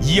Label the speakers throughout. Speaker 1: 以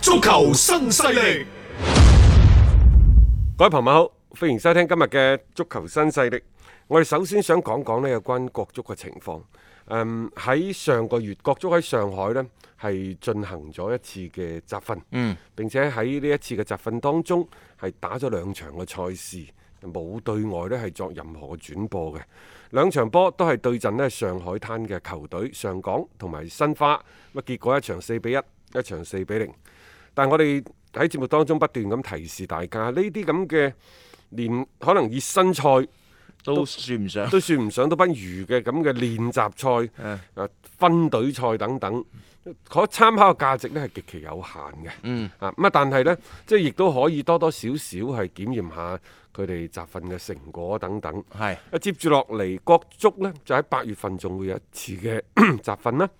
Speaker 1: 足球新勢力，
Speaker 2: 各位朋友好，歡迎收聽今日嘅足球新勢力。我哋首先想講講呢有關國足嘅情況。嗯，喺上個月，國足喺上海呢係進行咗一次嘅集訓，嗯，並且喺呢一次嘅集訓當中係打咗兩場嘅賽事，冇對外呢係作任何嘅轉播嘅。兩場波都係對陣呢上海灘嘅球隊上港同埋申花，咁啊結果一場四比一，一場四比零。但我哋喺節目當中不斷咁提示大家，呢啲咁嘅連可能熱身賽
Speaker 3: 都算唔上。嗯
Speaker 2: 都算唔上都不如嘅咁嘅練習賽、啊分隊賽等等，可參考嘅價值呢係極其有限嘅。嗯啊咁啊，但係呢，即係亦都可以多多少少係檢驗下佢哋集訓嘅成果等等。
Speaker 3: 係
Speaker 2: 啊，接住落嚟國足呢，就喺八月份仲會有一次嘅 集訓啦。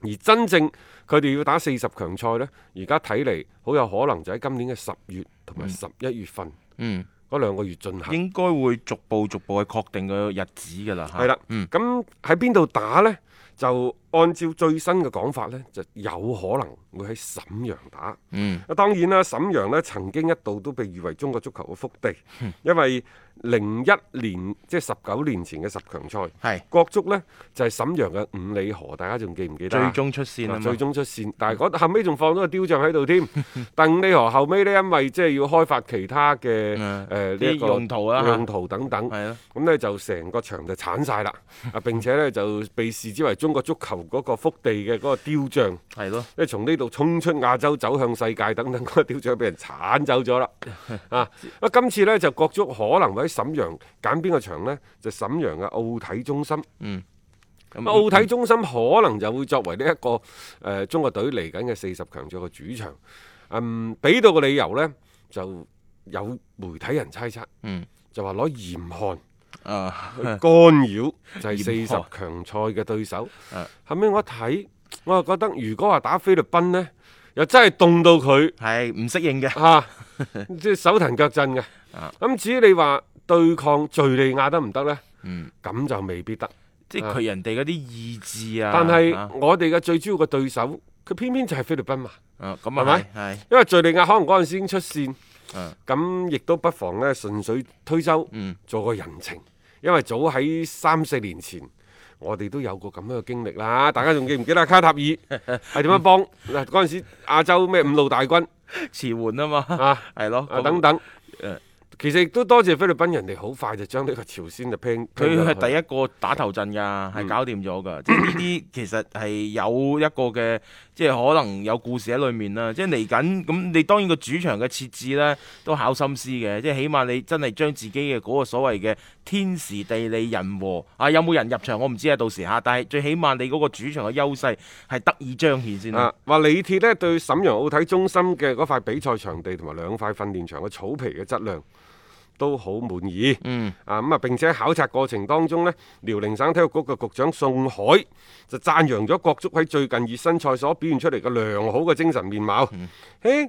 Speaker 2: 而真正佢哋要打四十強賽呢，而家睇嚟好有可能就喺今年嘅十月同埋十一月份
Speaker 3: 嗯，
Speaker 2: 嗰兩個月進行。
Speaker 3: 應該會逐步逐步去確定個日子㗎啦。嚇
Speaker 2: 係啦，
Speaker 3: 嗯，
Speaker 2: 咁喺邊度打呢？就按照最新嘅講法呢，就有可能會喺沈陽打。
Speaker 3: 嗯，
Speaker 2: 啊當然啦，沈陽呢曾經一度都被譽為中國足球嘅福地，因為零一年即係十九年前嘅十強賽，
Speaker 3: 係
Speaker 2: 國足呢就係、沈陽嘅五里河，大家仲記唔記得
Speaker 3: 最
Speaker 2: 啊？
Speaker 3: 終出線啊
Speaker 2: 嗱最
Speaker 3: 嘛。
Speaker 2: 終出線，但係嗰後尾仲放咗個雕像喺度 添。但五里河後尾呢，因為即係要開發其他嘅誒
Speaker 3: 嗯
Speaker 2: 呢
Speaker 3: 啲
Speaker 2: 一個
Speaker 3: 用途啊啦嚇
Speaker 2: 用途等等。
Speaker 3: 係咯，
Speaker 2: 咁呢就成個場就鏟晒啦，啊並且呢就被視之為中國足球嗰個福地嘅嗰個雕像，
Speaker 3: 係咯，
Speaker 2: 即係從呢度衝出亞洲走向世界等等嗰個雕像俾人鏟走咗啦，啊！啊今次呢就國足可能會喺沈陽揀邊個場呢？就沈陽嘅奧體中心，咁啊
Speaker 3: 咁
Speaker 2: 奧體中心可能就會作為呢、一個誒、呃中國隊嚟緊嘅四十強賽嘅主場，嗯，俾到個理由呢，就有媒體人猜測，
Speaker 3: 嗯，
Speaker 2: 就話攞嚴寒。
Speaker 3: 啊
Speaker 2: 去干擾就係四
Speaker 3: 嚴
Speaker 2: 十
Speaker 3: 苛
Speaker 2: 強賽嘅對手
Speaker 3: 啊。
Speaker 2: 後尾我一睇，我又覺得如果話打菲律賓呢，又真係凍到佢
Speaker 3: 係唔適應嘅。
Speaker 2: 嚇，即係手騰腳震嘅。
Speaker 3: 啊
Speaker 2: 咁至於你話對抗敍利亞得唔得呢？
Speaker 3: 嗯，
Speaker 2: 咁就未必得。
Speaker 3: 即係佢人哋嗰啲意志啊。
Speaker 2: 但係
Speaker 3: 啊
Speaker 2: 我哋嘅最主要嘅對手，佢偏偏就係菲律賓嘛。
Speaker 3: 啊咁
Speaker 2: 係
Speaker 3: 啊
Speaker 2: 咪
Speaker 3: 係係
Speaker 2: 因為敍利亞可能嗰陣時已經出線
Speaker 3: 嗯，
Speaker 2: 咁亦都不妨呢順水推舟
Speaker 3: 嗯，
Speaker 2: 做個人情。因為早喺三四年前，我哋都有過咁樣嘅經歷啦。大家仲記唔記得 卡塔爾係點樣幫嗱嗰陣時亞洲咩五路大軍
Speaker 3: 遲緩啊嘛。
Speaker 2: 啊？
Speaker 3: 係咯
Speaker 2: 啊，等等
Speaker 3: 誒。
Speaker 2: 其實亦都多謝菲律賓人哋好快就將呢個朝鮮就拼
Speaker 3: 佢
Speaker 2: 拼咗
Speaker 3: 係
Speaker 2: 去
Speaker 3: 第一個打頭陣㗎，係搞掂咗㗎。即係呢啲其實係有一個嘅，即係可能有故事喺裏面啦。即係嚟緊咁，你當然個主場嘅設置呢都考心思嘅。即係起碼你真係將自己嘅嗰個所謂嘅天時地利人和啊，有冇人入場我唔知啊，到時嚇。但係最起碼你嗰個主場嘅優勢係得以彰顯先啦
Speaker 2: 啊。！話李鐵呢對沈陽奧體中心嘅嗰塊比賽場地同埋兩塊訓練場嘅草皮嘅質量都好滿意。
Speaker 3: 嗯，
Speaker 2: 啊咁啊！並且考察過程當中呢，遼寧省體育局嘅局長宋海就讚揚咗國足喺最近熱身賽所表現出嚟嘅良好嘅精神面貌。
Speaker 3: 嗯
Speaker 2: 嘿，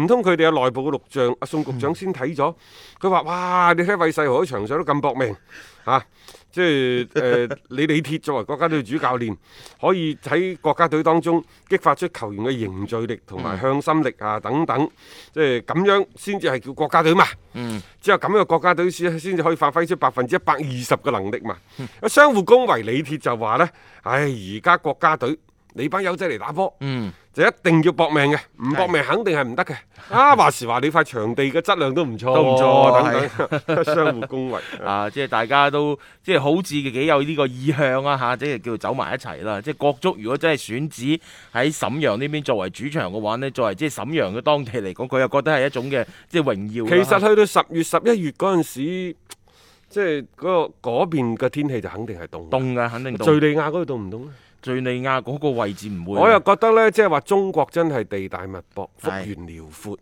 Speaker 2: 唔通佢哋有內部嘅錄像？阿宋局長先睇咗，佢話：哇！你睇韋世豪喺場上都咁搏命嚇、啊即係誒、 呃李李鐵作為國家隊主教練，可以喺國家隊當中激發出球員嘅凝聚力同埋向心力啊等等，即係咁樣先至係叫國家隊嘛。只有咁嘅國家隊先先至可以發揮出百分之一百二十嘅能力嘛。相互恭維，李鐵就話呢：唉，而家國家隊你班友仔嚟打波，
Speaker 3: 嗯，
Speaker 2: 就一定要搏命嘅，唔搏命肯定係唔得嘅。 啊，話時話你塊場地嘅質量都唔錯，
Speaker 3: 都唔錯
Speaker 2: 等等，相互 恭維。
Speaker 3: 啊，即係大家都即係好似幾有呢個意向啊嚇，即係叫走埋一齊啦。即係國足如果真係選址喺瀋陽呢邊作為主場嘅話呢，作為即係瀋陽嘅當地嚟講，佢又覺得係一種嘅即係榮
Speaker 2: 其
Speaker 3: 耀啦。啊
Speaker 2: 實去到十月、十一月嗰陣時，即係嗰個嗰邊嘅天氣就肯定係凍。
Speaker 3: 凍㗎，肯定
Speaker 2: 敍
Speaker 3: 凍。
Speaker 2: 利亞嗰度凍唔凍呢？啊
Speaker 3: 敍利亞嗰個位置唔會。
Speaker 2: 我又覺得呢，即係話中國真係地大物博，幅
Speaker 3: 係
Speaker 2: 員遼闊。誒、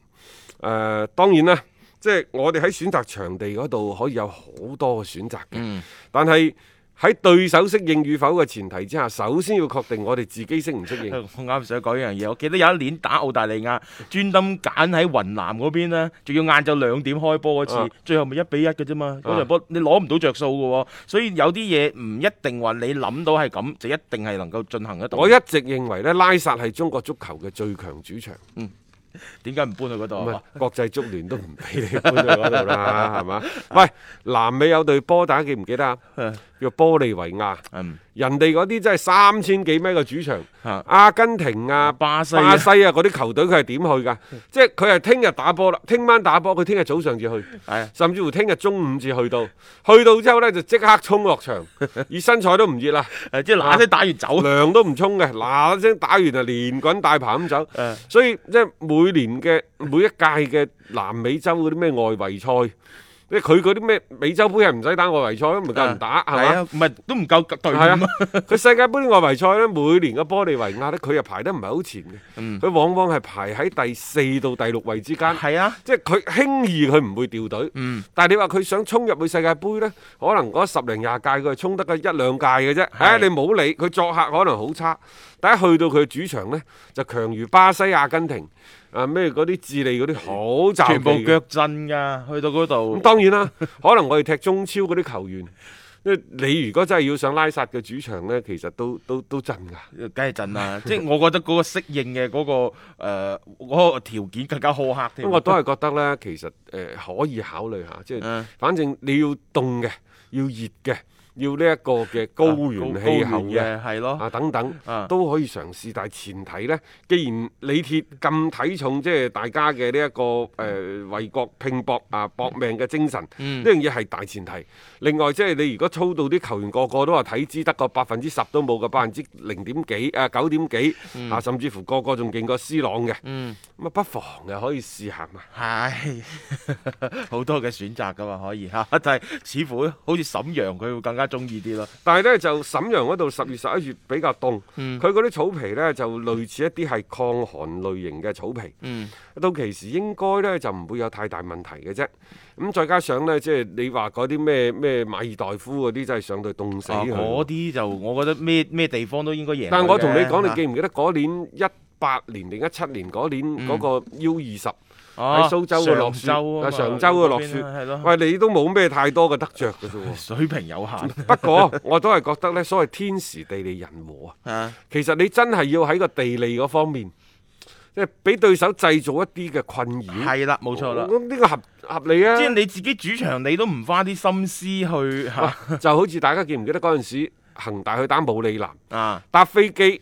Speaker 2: 當然啦，即係我哋喺選擇場地嗰度可以有好多嘅選擇嘅。
Speaker 3: 嗯
Speaker 2: 但係喺對手適應與否嘅前提之下，首先要確定我哋自己適唔適應。
Speaker 3: 我啱想講一樣嘢，我記得有一年打澳 大利亞，專登揀喺雲南嗰邊咧，仲要晏晝兩點開波嗰次，
Speaker 2: 啊
Speaker 3: 最後咪一比一嘅啫嘛。嗰
Speaker 2: 啊
Speaker 3: 場波你攞唔到着數嘅喎，所以有啲嘢唔一定話你諗到係咁，就一定係能夠進行得到。
Speaker 2: 我一直認為呢，拉薩係中國足球嘅最強主 場，
Speaker 3: 點解唔搬去嗰
Speaker 2: 咁啊
Speaker 3: 度？
Speaker 2: 國際足聯都唔俾你搬去嗰度啦，係 嘛？喂，南美有隊波打記唔記得啊？叫玻利維亞，
Speaker 3: 嗯，
Speaker 2: 人哋嗰啲真係三千幾米嘅主場。
Speaker 3: 嚇
Speaker 2: 阿根廷啊、
Speaker 3: 巴西啊
Speaker 2: 巴西啊嗰啲球隊，佢係點去 㗎？即係佢係聽日打波啦，聽晚打波，佢聽日早上至去，
Speaker 3: 係啊
Speaker 2: 甚至乎聽日中午至去到，去到之後呢，就即刻衝 落場，熱身賽都唔熱啦，
Speaker 3: 誒即係嗱嗱聲打完走。
Speaker 2: 涼都唔沖嘅，嗱嗱聲打完啊，連滾帶爬咁走
Speaker 3: 誒。
Speaker 2: 所以即係每年嘅每一屆嘅南美洲嗰啲咩外圍賽，即係佢嗰啲咩美洲杯係唔使打外圍賽，咪夠唔打係嘛
Speaker 3: 係？啊，唔係都唔夠隊伍
Speaker 2: 係啊
Speaker 3: 啊。，
Speaker 2: 佢世界盃外圍賽咧，每年嘅玻利維亞咧，佢又排得唔係好前嘅，佢、往往係排喺第四到第六位之間。
Speaker 3: 嗯係嗯啊，
Speaker 2: 即係佢輕易佢唔會掉隊，但係你話佢想衝入去世界盃呢，可能嗰十零廿屆佢係衝得個一兩屆嘅啫。唉、你冇理佢作客可能好差，但一去到佢主場呢，就強如巴西、阿根廷啊咩嗰啲智利嗰啲好就
Speaker 3: 全部腳震㗎，去到嗰
Speaker 2: 咁
Speaker 3: 度。
Speaker 2: 當然啦， 可能我哋踢中超嗰啲球員，因為你如果真係要上拉薩嘅主場呢，其實都都都震㗎。
Speaker 3: 梗係震啦，即係我覺得嗰個適應嘅嗰、個誒嗰、個條件更加苛刻添。
Speaker 2: 我都係覺得呢，其實誒、呃可以考慮下，即係
Speaker 3: 嗯
Speaker 2: 反正你要凍嘅，要熱嘅，要呢一個嘅
Speaker 3: 啊
Speaker 2: 啊高原氣候嘅。
Speaker 3: 嘅係咯，
Speaker 2: 啊，等等
Speaker 3: 啊
Speaker 2: 都可以嘗試，但係前提呢，既然李鐵咁睇重即係大家嘅呢一個誒、呃、為國拼搏啊
Speaker 3: 嗯
Speaker 2: 搏命嘅精神，呢樣嘢係大前提。另外即係你如果操到啲球員個個都話體脂得個百分之十都冇嘅，百分之零點幾啊九點幾啊，甚至乎個個仲勁過 C 朗嘅，
Speaker 3: 嗯，
Speaker 2: 咁啊不妨又可以試下嘛。
Speaker 3: 係 好多嘅選擇噶嘛，可以嚇， 但係似乎好似沈陽佢會更加中意啲咯。
Speaker 2: 但係呢，就瀋陽嗰度十月十
Speaker 3: 嗯
Speaker 2: 一月比較凍，佢嗰啲草皮呢，就類似一啲係抗寒類型嘅草皮。
Speaker 3: 嗯，
Speaker 2: 到期時應該呢，就唔會有太大問題嘅啫。咁再加上呢，即係你話嗰啲咩咩馬爾代夫嗰啲，真係上到凍死
Speaker 3: 啊
Speaker 2: 佢
Speaker 3: 嗰啲就我覺得咩咩地方都應該贏佢嘅。
Speaker 2: 但我同你講，你
Speaker 3: 嚇
Speaker 2: 記唔記得嗰年一八年定一七年嗰年嗰個 U 二十
Speaker 3: 啊
Speaker 2: 喺蘇州嘅落雪，
Speaker 3: 嗯上州啊
Speaker 2: 啊
Speaker 3: 嘛
Speaker 2: 常州嘅落雪
Speaker 3: 嗰邊啊係咯，
Speaker 2: 喂你都冇咩太多嘅得着嘅啫 喎。
Speaker 3: 水平 有限
Speaker 2: 不過我都係覺得呢，所謂天時地利人和啊。
Speaker 3: 啊，
Speaker 2: 其實你真係要喺個地利嗰方面，即係俾對手製造一啲嘅困擾。
Speaker 3: 係啦，冇錯啦。
Speaker 2: 咁呢個合合理啊
Speaker 3: 即！係你自己主場，你都唔花啲心思去嚇
Speaker 2: 就好似大家記唔記得嗰陣時恒大去打武里南，
Speaker 3: 啊
Speaker 2: 搭飛機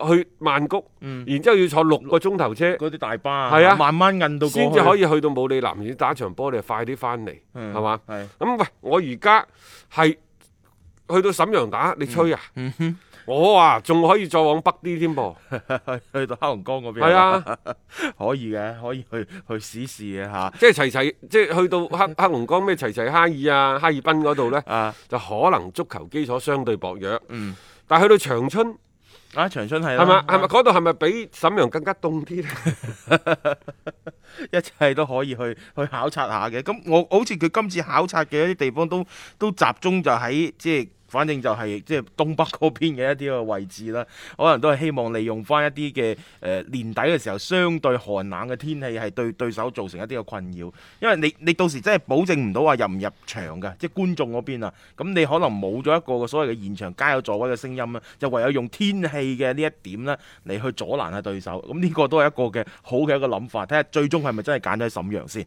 Speaker 2: 去曼谷，然之後要坐六個鐘頭車，
Speaker 3: 嗯嗰啲大巴啊
Speaker 2: 係啊
Speaker 3: 慢慢摁到過去
Speaker 2: 先至可以去到武里南，要打場波，你就快啲翻嚟，
Speaker 3: 嗯
Speaker 2: 係嘛？
Speaker 3: 係
Speaker 2: 咁喂，我而家係去到沈陽打，你吹啊！
Speaker 3: 嗯
Speaker 2: 我啊，仲可以再往北啲添噃，
Speaker 3: 去到黑龍江嗰邊。
Speaker 2: 係啊。
Speaker 3: 可以嘅，可以去去試試嘅嚇。
Speaker 2: 即係齊齊，即係去到 黑黑龍江咩齊齊哈爾啊、哈爾濱嗰度呢，
Speaker 3: 啊
Speaker 2: 就可能足球基礎相對薄弱。
Speaker 3: 嗯，
Speaker 2: 但係去到長春
Speaker 3: 啊，長春係啦，
Speaker 2: 係咪係咪嗰度係咪比沈陽更加凍啲呢？
Speaker 3: 一切都可以去去考察下嘅。咁我好似佢今次考察嘅一啲地方都都集中就喺即係。反正就係即係東北嗰邊嘅一啲嘅位置啦，可能都係希望利用翻一啲嘅誒年底嘅時候相對寒冷嘅天氣係對對手造成一啲嘅困擾，因為你你到時真係保證唔到話入唔入場嘅，即係觀眾嗰邊啊，咁你可能冇咗一個所謂嘅現場加油助威嘅聲音啦，就唯有用天氣嘅呢一點呢嚟去阻攔下對手，咁呢個都係一個嘅好嘅一個諗法，睇下最終係咪真係揀咗喺沈陽先。